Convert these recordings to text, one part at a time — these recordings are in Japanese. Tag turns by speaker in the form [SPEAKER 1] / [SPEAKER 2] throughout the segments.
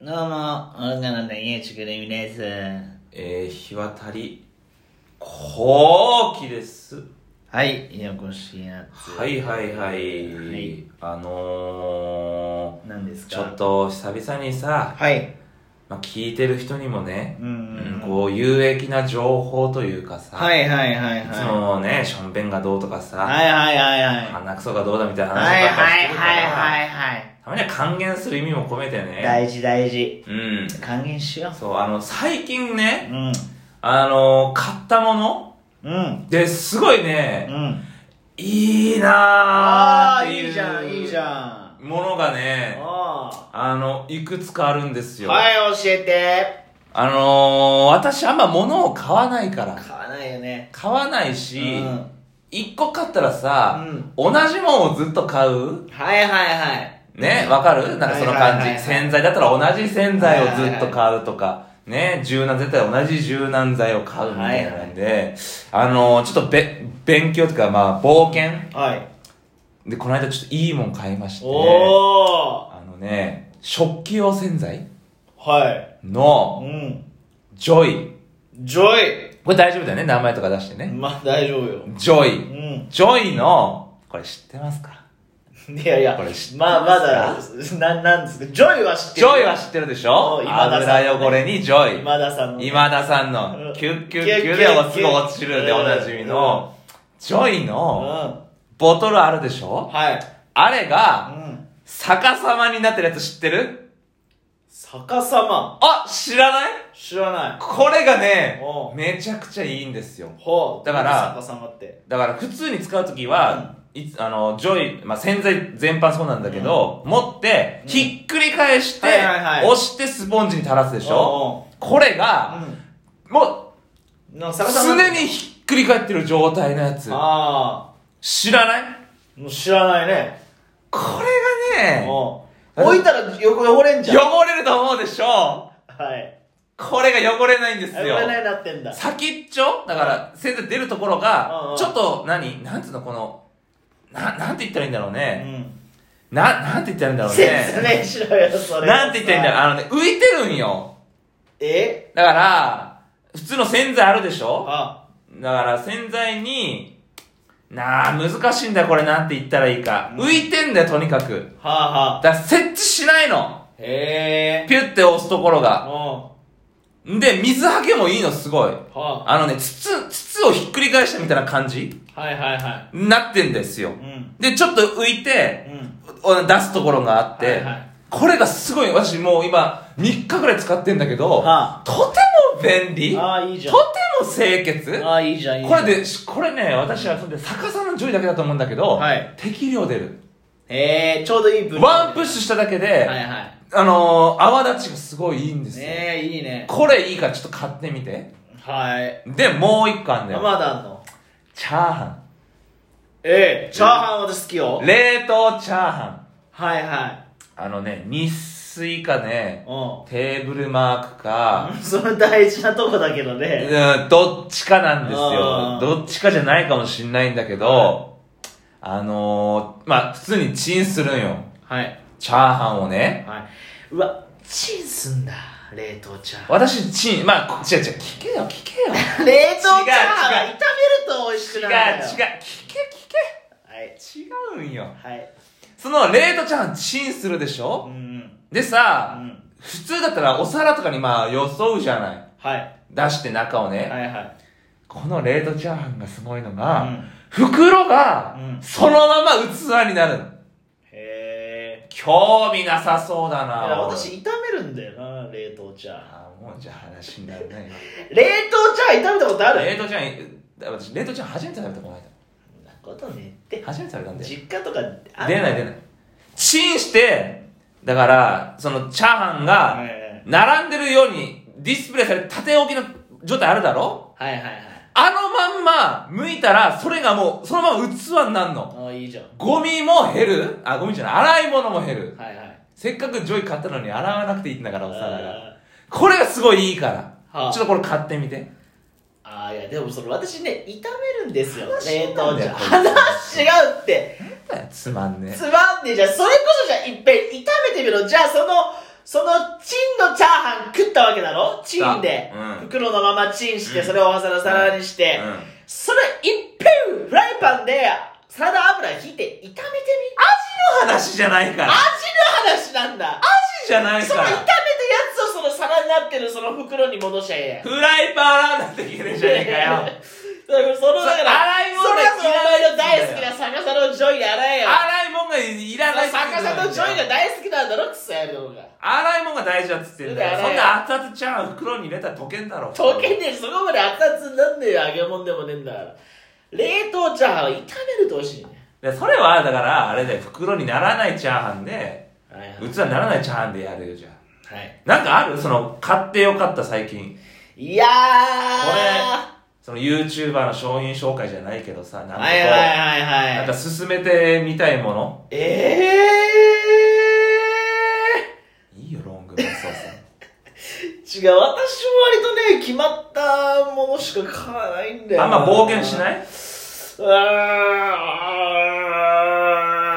[SPEAKER 1] どうも、音楽の電源竹るみです。
[SPEAKER 2] えー、日渡り、後期です。
[SPEAKER 1] はい、ややこしいやつ。
[SPEAKER 2] はいはいはい。
[SPEAKER 1] はい
[SPEAKER 2] あの
[SPEAKER 1] 何です
[SPEAKER 2] ー、
[SPEAKER 1] か
[SPEAKER 2] ちょっ。と久々にさ、
[SPEAKER 1] はい。
[SPEAKER 2] まあ、聞いてる人にもね、
[SPEAKER 1] うんうんうん
[SPEAKER 2] こう有益な情報というかさ、
[SPEAKER 1] はいはいはいはい。
[SPEAKER 2] つもね、ションベンがどうとかさ、
[SPEAKER 1] はいはいはいはい。はい
[SPEAKER 2] 鼻くそがどうだみたいな
[SPEAKER 1] はい
[SPEAKER 2] 話ばっかり
[SPEAKER 1] は
[SPEAKER 2] し
[SPEAKER 1] い
[SPEAKER 2] てるから、
[SPEAKER 1] はいはい。
[SPEAKER 2] たまには還元する意味も込めてね。
[SPEAKER 1] 大事大事。
[SPEAKER 2] うん。
[SPEAKER 1] 還元しよ
[SPEAKER 2] そう、あの、最近
[SPEAKER 1] う。う
[SPEAKER 2] ね、
[SPEAKER 1] ん。
[SPEAKER 2] あのー、買ったもの
[SPEAKER 1] うん。
[SPEAKER 2] ですごいね、
[SPEAKER 1] うん。
[SPEAKER 2] いいな
[SPEAKER 1] あ
[SPEAKER 2] ーっ
[SPEAKER 1] あ、
[SPEAKER 2] てい
[SPEAKER 1] い
[SPEAKER 2] う
[SPEAKER 1] いじゃんいいじゃん。
[SPEAKER 2] ものがね、
[SPEAKER 1] あ
[SPEAKER 2] あの、いくつかあるんです
[SPEAKER 1] あ。
[SPEAKER 2] よ。
[SPEAKER 1] はい、教えて。
[SPEAKER 2] あのー、私あんま物を買わないから。
[SPEAKER 1] 買わないよね。
[SPEAKER 2] 買わないうし、
[SPEAKER 1] ん。
[SPEAKER 2] 一、個買ったらさ、
[SPEAKER 1] うん
[SPEAKER 2] 同じもんをずっと買う
[SPEAKER 1] はいはいはい。
[SPEAKER 2] ね、わかるなんかその
[SPEAKER 1] はいは
[SPEAKER 2] 感じ、
[SPEAKER 1] いはいはい
[SPEAKER 2] 洗剤だったら同じ洗剤をずっと買うとか、ね、柔軟絶対同じ柔軟剤を買うみたいなんで、あのー、ちょっとべ、勉強とか、まあ、冒険
[SPEAKER 1] はい。
[SPEAKER 2] で、この間ちょっといいもん買いまして。
[SPEAKER 1] おー。
[SPEAKER 2] あのね、食器用洗剤
[SPEAKER 1] はい。う
[SPEAKER 2] の
[SPEAKER 1] ん。
[SPEAKER 2] ジョイ。
[SPEAKER 1] ジョイ
[SPEAKER 2] これ大丈夫だよね名前とか出してね。
[SPEAKER 1] まあ大丈夫よ。
[SPEAKER 2] ジョ
[SPEAKER 1] う
[SPEAKER 2] イ。
[SPEAKER 1] ん。
[SPEAKER 2] ジョイの、これ知ってますか
[SPEAKER 1] いやいや、
[SPEAKER 2] これ知ってま
[SPEAKER 1] ま
[SPEAKER 2] す
[SPEAKER 1] あ
[SPEAKER 2] か
[SPEAKER 1] まだ、な、なんですか、ジョイは知って
[SPEAKER 2] ジ
[SPEAKER 1] る。
[SPEAKER 2] ョイは知ってるでしょ
[SPEAKER 1] お今田さんのね
[SPEAKER 2] 油汚れにジョイ。
[SPEAKER 1] 今田さんの。
[SPEAKER 2] 今田さん
[SPEAKER 1] うん
[SPEAKER 2] の、キュッキュッキュでおすご落ちるでおなじみの、ジョイ
[SPEAKER 1] うん。
[SPEAKER 2] の
[SPEAKER 1] は
[SPEAKER 2] ボトルあるでしょ
[SPEAKER 1] い。
[SPEAKER 2] あれ
[SPEAKER 1] う
[SPEAKER 2] が、
[SPEAKER 1] ん。
[SPEAKER 2] 逆さまになってるやつ知ってる
[SPEAKER 1] 逆さま。
[SPEAKER 2] あ、知らない
[SPEAKER 1] 知らない。
[SPEAKER 2] これがね
[SPEAKER 1] お、う
[SPEAKER 2] めちゃくちゃいいんですよ。
[SPEAKER 1] ほう。
[SPEAKER 2] だから
[SPEAKER 1] 逆さまって。
[SPEAKER 2] だから普通に使うときは、いつあの、ジョイ、まあ、洗剤全般そうなんだけど、持って、
[SPEAKER 1] うん
[SPEAKER 2] ひっくり返して、
[SPEAKER 1] はいはいはい
[SPEAKER 2] 押してスポンジに垂らすでしょ
[SPEAKER 1] ょ
[SPEAKER 2] これ
[SPEAKER 1] う
[SPEAKER 2] が、
[SPEAKER 1] ん。
[SPEAKER 2] も
[SPEAKER 1] なんか
[SPEAKER 2] う、
[SPEAKER 1] 逆さま。
[SPEAKER 2] 常にひっくり返ってる状態のやつ。
[SPEAKER 1] あ
[SPEAKER 2] 知らない
[SPEAKER 1] あ。もう知らないね。
[SPEAKER 2] これがね、
[SPEAKER 1] おう置いたらよ汚れんじゃん。
[SPEAKER 2] 汚れると 思うでしょ
[SPEAKER 1] はい。
[SPEAKER 2] これが汚れないんです
[SPEAKER 1] 汚
[SPEAKER 2] よ。
[SPEAKER 1] れないなってんだ。
[SPEAKER 2] 先っちょだから、洗剤出るところ
[SPEAKER 1] うんう
[SPEAKER 2] が
[SPEAKER 1] ん、
[SPEAKER 2] ちょっと、何なんつうのこの、な、なんて言ったらいいんだろう
[SPEAKER 1] う
[SPEAKER 2] ね。
[SPEAKER 1] ん。
[SPEAKER 2] な、なんて言ったらいいんだろうね。
[SPEAKER 1] 説明しろよ、それ。
[SPEAKER 2] なんて言ったらいいんだろう。あのね、浮いてるんよ。
[SPEAKER 1] え
[SPEAKER 2] だから、普通の洗剤あるでしょ
[SPEAKER 1] あ
[SPEAKER 2] だから洗剤に、なあ、難しいんだよこれなんて言ったらいいか。
[SPEAKER 1] うん
[SPEAKER 2] 浮いてんだよ、とにかく。
[SPEAKER 1] あ。はあはあ。
[SPEAKER 2] だから設置しないの。
[SPEAKER 1] へえ。
[SPEAKER 2] ピュって押すところ
[SPEAKER 1] うん。
[SPEAKER 2] が。
[SPEAKER 1] は
[SPEAKER 2] んで、水はけもいいの、すごい。
[SPEAKER 1] あ。
[SPEAKER 2] あのね、筒、筒をひっくり返したみたいな感じ
[SPEAKER 1] はいはいは
[SPEAKER 2] なってんですよ
[SPEAKER 1] い。う。ん。
[SPEAKER 2] で、ちょっと浮いて、
[SPEAKER 1] うん。
[SPEAKER 2] お出すところがあって、
[SPEAKER 1] はいはい
[SPEAKER 2] これがすごい、私もう今、3日ぐらい使ってんだけど、
[SPEAKER 1] は
[SPEAKER 2] とても便利、
[SPEAKER 1] ああ、いいじゃん
[SPEAKER 2] と。ても清潔
[SPEAKER 1] ああ、いいじゃん、いいじ
[SPEAKER 2] こ
[SPEAKER 1] ゃん。
[SPEAKER 2] れで、しこれね、私はそれで逆さの上位だけだと思うんだけど、
[SPEAKER 1] はい
[SPEAKER 2] 適量出る。
[SPEAKER 1] ええー、ちょうどいい分量
[SPEAKER 2] ワンプッシュしただけで、
[SPEAKER 1] はいは
[SPEAKER 2] あのー、泡立ちがすごいいいんで
[SPEAKER 1] い。
[SPEAKER 2] すよ。
[SPEAKER 1] ねえ、いいね。
[SPEAKER 2] これいいからちょっと買ってみて。
[SPEAKER 1] はい。
[SPEAKER 2] で、もう一個あんだ
[SPEAKER 1] ま
[SPEAKER 2] よ。
[SPEAKER 1] だあんの。
[SPEAKER 2] チャーハン。
[SPEAKER 1] ええチャーハン私好きよ。
[SPEAKER 2] 冷凍チャーハン。
[SPEAKER 1] はいは
[SPEAKER 2] あのね、日水か
[SPEAKER 1] い。
[SPEAKER 2] ね、
[SPEAKER 1] う
[SPEAKER 2] テーブルマークか、
[SPEAKER 1] ん。その大事なとこだけどね。
[SPEAKER 2] うん、どっちかなんです
[SPEAKER 1] あ
[SPEAKER 2] よ。
[SPEAKER 1] ー
[SPEAKER 2] どっちかじゃないかもしんないんだけど、
[SPEAKER 1] は
[SPEAKER 2] あのー、まあ、普通にチンするんよ。
[SPEAKER 1] はい。
[SPEAKER 2] チャーハンをね。
[SPEAKER 1] はい。うわ、チンすんだ。冷凍チャーハ
[SPEAKER 2] 私、チン、まあ、こ違う違う、聞けよ、聞けよ。
[SPEAKER 1] ン。冷凍チャーハンは
[SPEAKER 2] 違
[SPEAKER 1] 炒
[SPEAKER 2] う違
[SPEAKER 1] めると美味し
[SPEAKER 2] 違
[SPEAKER 1] く
[SPEAKER 2] う、違う、聞け、
[SPEAKER 1] なるのよ。
[SPEAKER 2] 聞け。違うんよ。
[SPEAKER 1] はい。はい。
[SPEAKER 2] その、冷凍チャーハンチンするでし
[SPEAKER 1] う
[SPEAKER 2] ょ
[SPEAKER 1] ん。
[SPEAKER 2] で
[SPEAKER 1] う
[SPEAKER 2] さ、
[SPEAKER 1] ん。
[SPEAKER 2] 普通だったらお皿とかにまあ、装うじゃない。
[SPEAKER 1] はい。
[SPEAKER 2] 出して中をね。
[SPEAKER 1] はいはい。
[SPEAKER 2] この冷凍チャーハンがすごいの
[SPEAKER 1] う
[SPEAKER 2] が、
[SPEAKER 1] ん。
[SPEAKER 2] 袋が
[SPEAKER 1] うん、
[SPEAKER 2] そのまま器になる。
[SPEAKER 1] へえ。
[SPEAKER 2] 興味なさそうだな。
[SPEAKER 1] いや
[SPEAKER 2] おい
[SPEAKER 1] 私炒めるんだよな冷凍チャーハ
[SPEAKER 2] あーもうじゃあ話になるね。
[SPEAKER 1] ン冷凍チャーハン炒めたことある
[SPEAKER 2] 冷凍ちゃん、え私、冷凍ちゃん初めて食べたこない
[SPEAKER 1] そんなことねって
[SPEAKER 2] だ。初めて食べたんだよ。
[SPEAKER 1] 実家とかあんの
[SPEAKER 2] 出ない出ない。チンして、だから、そのチャーハン
[SPEAKER 1] は
[SPEAKER 2] が、
[SPEAKER 1] いはい
[SPEAKER 2] 並んでるようにディスプレイされて縦置きの状態あるだろ
[SPEAKER 1] はいはいはい
[SPEAKER 2] あのまんま、剥いたら、それがもう、そのまま器になるの。
[SPEAKER 1] ああいいじゃん
[SPEAKER 2] ゴミも減るあ、ゴミじゃない。洗い物も減る。
[SPEAKER 1] はいはい
[SPEAKER 2] せっかくジョイ買ったのに洗わなくていいんだから、お皿が。
[SPEAKER 1] あ
[SPEAKER 2] これがすごいいいから。
[SPEAKER 1] ーはあ
[SPEAKER 2] ちょっとこれ買ってみて。
[SPEAKER 1] あーいやでもそれ私ね炒めるんですよ冷凍チ
[SPEAKER 2] 話
[SPEAKER 1] ャ
[SPEAKER 2] 違
[SPEAKER 1] ー
[SPEAKER 2] うんだよ
[SPEAKER 1] ハン話違うって
[SPEAKER 2] つまんねえ
[SPEAKER 1] つまんねえじゃんそれこそじゃあいっぺん炒めてみろじゃあそのそのチンのチャーハン食ったわけだろチンで、
[SPEAKER 2] うん
[SPEAKER 1] 袋のままチンして、
[SPEAKER 2] うん
[SPEAKER 1] それをお皿皿にして、
[SPEAKER 2] うん
[SPEAKER 1] それいっぺんフライパンでサラダ油引いて炒めてみ
[SPEAKER 2] 味の話じゃないから。
[SPEAKER 1] 味の話なんだ
[SPEAKER 2] 味じゃない
[SPEAKER 1] そ
[SPEAKER 2] か
[SPEAKER 1] の炒めたや
[SPEAKER 2] ら。
[SPEAKER 1] つをその皿になってるその袋に戻しちゃえ
[SPEAKER 2] フライパンなんていけねえじゃねえかよ。
[SPEAKER 1] だからそのだから
[SPEAKER 2] 洗い物
[SPEAKER 1] それ
[SPEAKER 2] が
[SPEAKER 1] はそのお前の大好き
[SPEAKER 2] 嫌
[SPEAKER 1] な逆さのジョイで洗えよ
[SPEAKER 2] 洗い物がいらないって
[SPEAKER 1] 逆
[SPEAKER 2] 言うんだよ
[SPEAKER 1] さのジョイが大好きなんだろクソ野郎が
[SPEAKER 2] 洗い物が大事だっつってんだよ。
[SPEAKER 1] そ
[SPEAKER 2] そ
[SPEAKER 1] れ
[SPEAKER 2] ん
[SPEAKER 1] で洗え
[SPEAKER 2] な熱々ちゃん袋に入れたら溶けんだろ。
[SPEAKER 1] 溶けねえしそこまで熱々になんねえよ揚げ物でもねえんだから冷凍チャーハンは炒めると美味しいね
[SPEAKER 2] でそれは、だから、あれだよ、袋にならないチャーハンで、
[SPEAKER 1] はい
[SPEAKER 2] 器にならないチャーハンでやるよ、じゃあ。
[SPEAKER 1] はい
[SPEAKER 2] なんかあるその、買ってよかった最近。
[SPEAKER 1] いやー
[SPEAKER 2] その YouTuber の商品紹介じゃないけどさ、なんかこう、
[SPEAKER 1] はいはいはい
[SPEAKER 2] なん
[SPEAKER 1] は
[SPEAKER 2] か
[SPEAKER 1] い
[SPEAKER 2] 進めてみたいもの。
[SPEAKER 1] ええ
[SPEAKER 2] いいよ、ロングマンソース。
[SPEAKER 1] ー、違う私も割とね決まったものしか買わないんだよ
[SPEAKER 2] あんま冒険しない
[SPEAKER 1] あ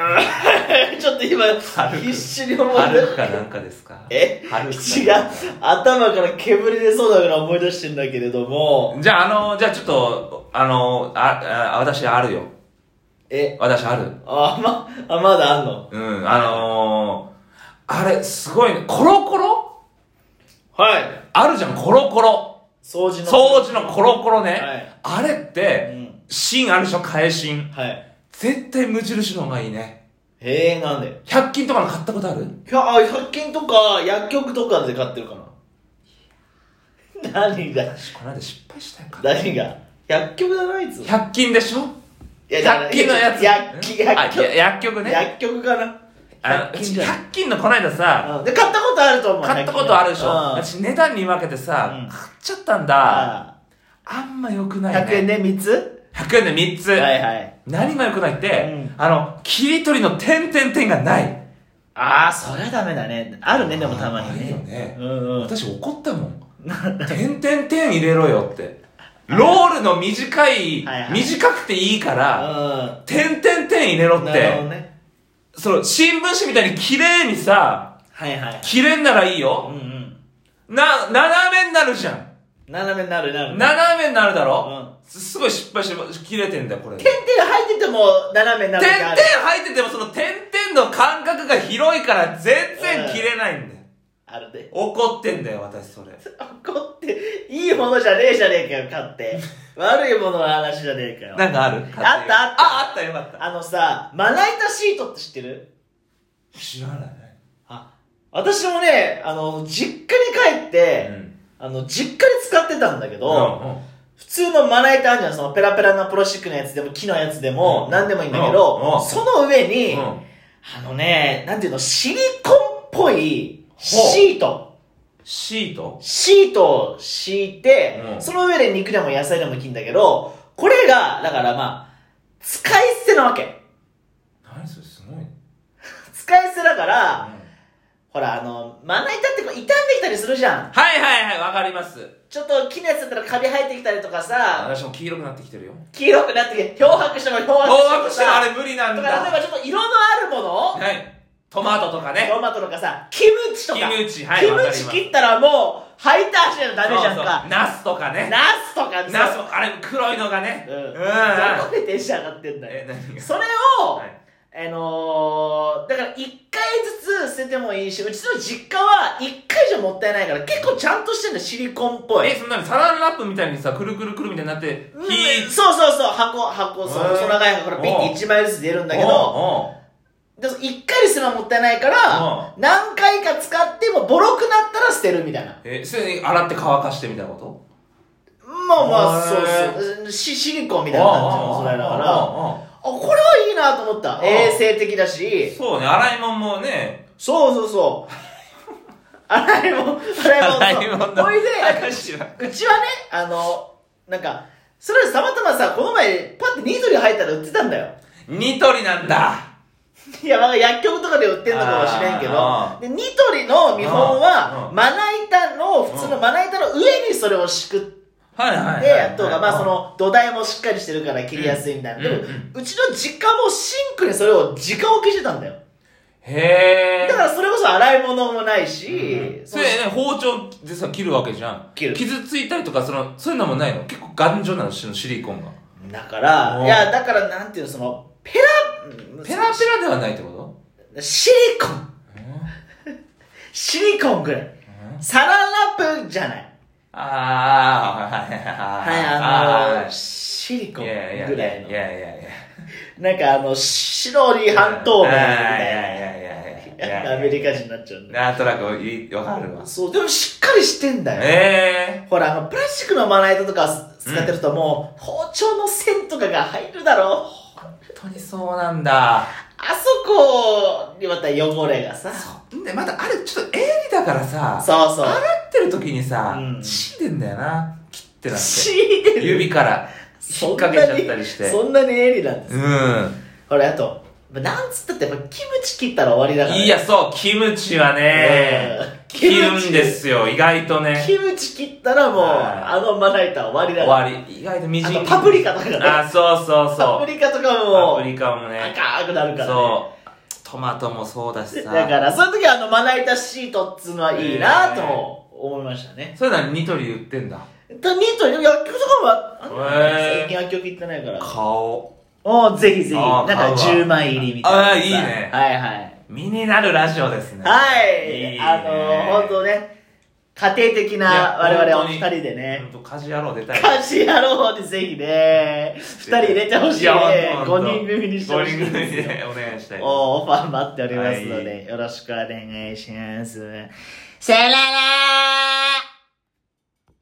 [SPEAKER 1] ー ちょっと今
[SPEAKER 2] 軽く
[SPEAKER 1] 必死に思い出
[SPEAKER 2] 歩
[SPEAKER 1] し
[SPEAKER 2] くかなんかですか
[SPEAKER 1] え
[SPEAKER 2] 歩
[SPEAKER 1] 違う
[SPEAKER 2] くかなんか
[SPEAKER 1] 頭から煙出そうだから思い出してんだけれども
[SPEAKER 2] じゃあ、あの、じゃあちょっと、あの、あ、あ私あるよ。
[SPEAKER 1] え
[SPEAKER 2] 私ある。
[SPEAKER 1] あまあまだあんの
[SPEAKER 2] うん、あのー、あれ、すごいね。コロコロ
[SPEAKER 1] はい
[SPEAKER 2] あるじゃん、コロコロ。
[SPEAKER 1] 掃除の
[SPEAKER 2] 掃除のコロコロね。
[SPEAKER 1] はい
[SPEAKER 2] あれっ
[SPEAKER 1] う
[SPEAKER 2] て、
[SPEAKER 1] ん
[SPEAKER 2] 芯あるでしょ、返芯。
[SPEAKER 1] はい
[SPEAKER 2] 絶対無印の方がいいね。
[SPEAKER 1] へえなんで
[SPEAKER 2] 100均とかの買ったことある
[SPEAKER 1] いやあ100均とか薬局とかで買ってるかな何が
[SPEAKER 2] 私、この間失敗したよ。
[SPEAKER 1] 何が薬局じゃないっつうの
[SPEAKER 2] 100均でしょ
[SPEAKER 1] いやだから
[SPEAKER 2] 100均のやつ。
[SPEAKER 1] 薬局
[SPEAKER 2] あ
[SPEAKER 1] 薬局
[SPEAKER 2] や薬局ね。
[SPEAKER 1] 薬局かな
[SPEAKER 2] あの、
[SPEAKER 1] 100
[SPEAKER 2] う
[SPEAKER 1] 均
[SPEAKER 2] ち
[SPEAKER 1] じゃない
[SPEAKER 2] 100均のこの間さ、
[SPEAKER 1] うんで買ったことあると思う
[SPEAKER 2] 買ったことあるでしょ
[SPEAKER 1] 100均
[SPEAKER 2] 私値段に分けてさ、
[SPEAKER 1] うん
[SPEAKER 2] 買っちゃったんだ。
[SPEAKER 1] あ
[SPEAKER 2] あんま良く
[SPEAKER 1] あ
[SPEAKER 2] ない
[SPEAKER 1] 100円
[SPEAKER 2] ね。
[SPEAKER 1] で3つ
[SPEAKER 2] 100円で3つ。
[SPEAKER 1] はいはい
[SPEAKER 2] 何が良くないって、
[SPEAKER 1] うん
[SPEAKER 2] あの、切り取りの点々点がない。
[SPEAKER 1] ああそりゃダメだねあるねでもたまに
[SPEAKER 2] あるよ
[SPEAKER 1] ね
[SPEAKER 2] ね
[SPEAKER 1] う。んうん
[SPEAKER 2] 私怒ったもん。点々点入れろよって。ロールの短い
[SPEAKER 1] はいは、い
[SPEAKER 2] 短くていいから、
[SPEAKER 1] あ
[SPEAKER 2] 点々点入れろ
[SPEAKER 1] ー
[SPEAKER 2] っ
[SPEAKER 1] なるほど
[SPEAKER 2] て、
[SPEAKER 1] ね
[SPEAKER 2] その、新聞紙みたいに綺麗にさ、
[SPEAKER 1] はいはい
[SPEAKER 2] 切れんならいい
[SPEAKER 1] うん
[SPEAKER 2] よ。
[SPEAKER 1] うん
[SPEAKER 2] な、斜めになるじゃん。
[SPEAKER 1] 斜めになるなる
[SPEAKER 2] 斜めになるだろ、
[SPEAKER 1] う
[SPEAKER 2] すすごい失敗して切れてんだよこれ点
[SPEAKER 1] 点々入ってても斜めにな
[SPEAKER 2] 々
[SPEAKER 1] る時ある
[SPEAKER 2] 入っててもその点々の間隔が広いから全然切れないんだよ、
[SPEAKER 1] あるで
[SPEAKER 2] 怒ってんだよ私それ
[SPEAKER 1] 怒っていいものじゃねえじゃねえかよ買って 悪いものの話じゃねえかよ
[SPEAKER 2] なんかある
[SPEAKER 1] あったあった
[SPEAKER 2] ああったよかった
[SPEAKER 1] あのさまな板シートって知ってる
[SPEAKER 2] 知らない、
[SPEAKER 1] あ私もねあの実家に帰って、
[SPEAKER 2] うん
[SPEAKER 1] あの実家で使ってたんだけど、
[SPEAKER 2] うんうん
[SPEAKER 1] 普通のまな板あるじゃんそのペラペラなプロシックのやつでも木のやつでも、
[SPEAKER 2] うん
[SPEAKER 1] 何でもいいんだけど、
[SPEAKER 2] うんうん
[SPEAKER 1] その上に、
[SPEAKER 2] うん
[SPEAKER 1] あのねなんていうのシリコンっぽいシート
[SPEAKER 2] シート
[SPEAKER 1] シートを敷いて、
[SPEAKER 2] うん
[SPEAKER 1] その上で肉でも野菜でも切るんだけどこれがだからまあ使い捨てなわけ
[SPEAKER 2] 何それすごい、
[SPEAKER 1] 使い捨てだか
[SPEAKER 2] うん
[SPEAKER 1] ら、
[SPEAKER 2] はい
[SPEAKER 1] ほらあのまな板ってこう傷んできたりするじゃん
[SPEAKER 2] はいはいわかります
[SPEAKER 1] ちょっと木のやつだったらカビ生えてきたりとかさ、
[SPEAKER 2] 私も黄色くなってきてるよ
[SPEAKER 1] 黄色くなってきて、漂白しても漂
[SPEAKER 2] 漂
[SPEAKER 1] 白
[SPEAKER 2] 白し
[SPEAKER 1] してても
[SPEAKER 2] もあ
[SPEAKER 1] さ、
[SPEAKER 2] れ無理なん
[SPEAKER 1] と
[SPEAKER 2] だ
[SPEAKER 1] か例えばちょっと色のあるものを、
[SPEAKER 2] はいトマトとかね
[SPEAKER 1] トマトとかさ、キムチとか、
[SPEAKER 2] キムチはい
[SPEAKER 1] キム
[SPEAKER 2] わかりま
[SPEAKER 1] チ
[SPEAKER 2] す
[SPEAKER 1] 切ったらもう、履いた足じゃダメじゃん
[SPEAKER 2] そうそ
[SPEAKER 1] か
[SPEAKER 2] う。ナスとかね
[SPEAKER 1] ナスとか
[SPEAKER 2] ナス
[SPEAKER 1] さ、
[SPEAKER 2] もあれ黒いのがね。
[SPEAKER 1] うん。
[SPEAKER 2] うん。
[SPEAKER 1] どこでテンション上がってんだ
[SPEAKER 2] え
[SPEAKER 1] よ。、
[SPEAKER 2] 何が
[SPEAKER 1] それを、
[SPEAKER 2] はい
[SPEAKER 1] あのー、だから一回ずつ捨ててもいいし、うちの実家は一回じゃもったいないから、結構ちゃんとしてんだよ、シリコンっぽい。
[SPEAKER 2] え、そんなにサランラップみたいにさ、くるくるくるみたいになって、
[SPEAKER 1] うん
[SPEAKER 2] 火、
[SPEAKER 1] そうそうそう箱箱そう
[SPEAKER 2] うん
[SPEAKER 1] 細長い箱からピッて1枚ずつ出るんだけど
[SPEAKER 2] お
[SPEAKER 1] でも1回にするのはもったいないから何回か使ってもボロくなったら捨てるみたいな
[SPEAKER 2] うおうえ、すでに洗って乾かしてみたいなこと
[SPEAKER 1] まあまあ
[SPEAKER 2] へ
[SPEAKER 1] そう
[SPEAKER 2] ー
[SPEAKER 1] そうシシリコンみたいな感じの素材だからあこれはいいなと思った
[SPEAKER 2] うん
[SPEAKER 1] 衛生的だし
[SPEAKER 2] そうね、洗い物もね、
[SPEAKER 1] そうそうそう洗い物洗い物そうほいで
[SPEAKER 2] 話は。
[SPEAKER 1] うちはねあのなんかそれたまたまさこの前パッてニトリ入ったら売ってたんだよ
[SPEAKER 2] ニトリなんだ
[SPEAKER 1] いや、なんか薬局とかで売ってんのかもしれんけ
[SPEAKER 2] あ
[SPEAKER 1] ど
[SPEAKER 2] ーあ、
[SPEAKER 1] で、ニトリの見本
[SPEAKER 2] あー
[SPEAKER 1] は
[SPEAKER 2] う、ん
[SPEAKER 1] まな板の、普通のまな板の上にそれを敷くっ
[SPEAKER 2] はいはいはい。
[SPEAKER 1] て、あとが、まあそ
[SPEAKER 2] うん、
[SPEAKER 1] の、土台もしっかりしてるから切りやすいみたいな。
[SPEAKER 2] うん
[SPEAKER 1] でも
[SPEAKER 2] うん、
[SPEAKER 1] うちの実家もシンクにそれを直置きしてたんだよ。
[SPEAKER 2] へえ
[SPEAKER 1] だからそれこそ洗い物もないし、
[SPEAKER 2] それね包丁でさ切るわけじゃん
[SPEAKER 1] 切る
[SPEAKER 2] 傷ついたりとかそのそういうのもないの結構頑丈なのシリシリコンが
[SPEAKER 1] だから
[SPEAKER 2] おう
[SPEAKER 1] いやだからなんていうのそのペラ
[SPEAKER 2] ペラペラではないってこと
[SPEAKER 1] シリコンシリコンぐらいサランラップじゃない
[SPEAKER 2] ああはい
[SPEAKER 1] はい
[SPEAKER 2] はい
[SPEAKER 1] あの
[SPEAKER 2] はい
[SPEAKER 1] シリコン
[SPEAKER 2] い
[SPEAKER 1] ぐ
[SPEAKER 2] やいや
[SPEAKER 1] らい
[SPEAKER 2] い
[SPEAKER 1] の
[SPEAKER 2] やいやいや
[SPEAKER 1] なんかあの白に半透明みたい
[SPEAKER 2] いやいやい
[SPEAKER 1] な
[SPEAKER 2] や
[SPEAKER 1] やっぱアメリカ人になっちゃうんだ
[SPEAKER 2] なんとなくいいわかるわ
[SPEAKER 1] そうでもしっかりしてんだよ
[SPEAKER 2] え
[SPEAKER 1] ほら、あの、プラスチックのまな板とか使ってるともう、包丁の線とかが入るだろう。
[SPEAKER 2] え本当にそうなんだ
[SPEAKER 1] あそこにまた汚れがさ。そ
[SPEAKER 2] でまたあれちょっと鋭利だからさ
[SPEAKER 1] うそう。
[SPEAKER 2] 洗ってる時にさ
[SPEAKER 1] うん
[SPEAKER 2] 血出んだよな切ってなって
[SPEAKER 1] 血出る。
[SPEAKER 2] 指から
[SPEAKER 1] そ
[SPEAKER 2] 引っ
[SPEAKER 1] んな
[SPEAKER 2] 掛
[SPEAKER 1] に
[SPEAKER 2] けちゃったりして
[SPEAKER 1] そんなに鋭利なんです。
[SPEAKER 2] う
[SPEAKER 1] ほら、あと、なんつったって、やっぱキムチ切ったら終わりだから、
[SPEAKER 2] んいや、そうキムチはね
[SPEAKER 1] うん
[SPEAKER 2] 切るんですよ意外とね
[SPEAKER 1] キムチ切ったらもう、
[SPEAKER 2] はい
[SPEAKER 1] あのまな板は終わりだ
[SPEAKER 2] 終
[SPEAKER 1] から。
[SPEAKER 2] わり意外とみじん
[SPEAKER 1] あと、パプリカとかね。
[SPEAKER 2] あそうそう
[SPEAKER 1] パ
[SPEAKER 2] そ
[SPEAKER 1] プ
[SPEAKER 2] う
[SPEAKER 1] リカとか
[SPEAKER 2] パ
[SPEAKER 1] も、
[SPEAKER 2] プリカもね
[SPEAKER 1] 赤くなるから、ね。
[SPEAKER 2] そうトマトもそうだしさ
[SPEAKER 1] だから、そういう時はあの、まな板シートっつうのはいいなと思いましたね。
[SPEAKER 2] そういうのはニトリ言ってんだ
[SPEAKER 1] だニートでも薬局とかもあ、
[SPEAKER 2] へー
[SPEAKER 1] 最近薬局行ってないから。
[SPEAKER 2] 顔
[SPEAKER 1] おーぜひぜひ。な
[SPEAKER 2] あ
[SPEAKER 1] ん
[SPEAKER 2] ー
[SPEAKER 1] か
[SPEAKER 2] 買うわ
[SPEAKER 1] 10枚入りみたいなさ。
[SPEAKER 2] あーいいね
[SPEAKER 1] はいはい。
[SPEAKER 2] 身になるラジオですね
[SPEAKER 1] はい。
[SPEAKER 2] いね
[SPEAKER 1] あのー、ほんとね、家庭的
[SPEAKER 2] いや
[SPEAKER 1] な我々お二
[SPEAKER 2] 本当
[SPEAKER 1] 人
[SPEAKER 2] に
[SPEAKER 1] でね
[SPEAKER 2] 本、当家事野郎出たい
[SPEAKER 1] 家事やろうでぜひね、二人入れてほしい
[SPEAKER 2] や
[SPEAKER 1] ね。
[SPEAKER 2] 本当本当
[SPEAKER 1] 5人組にしてほしい
[SPEAKER 2] 五人組
[SPEAKER 1] ですよ。
[SPEAKER 2] でお願いしたいです
[SPEAKER 1] おオファー待っておりますので、
[SPEAKER 2] は
[SPEAKER 1] よろしくお願いします。さよなら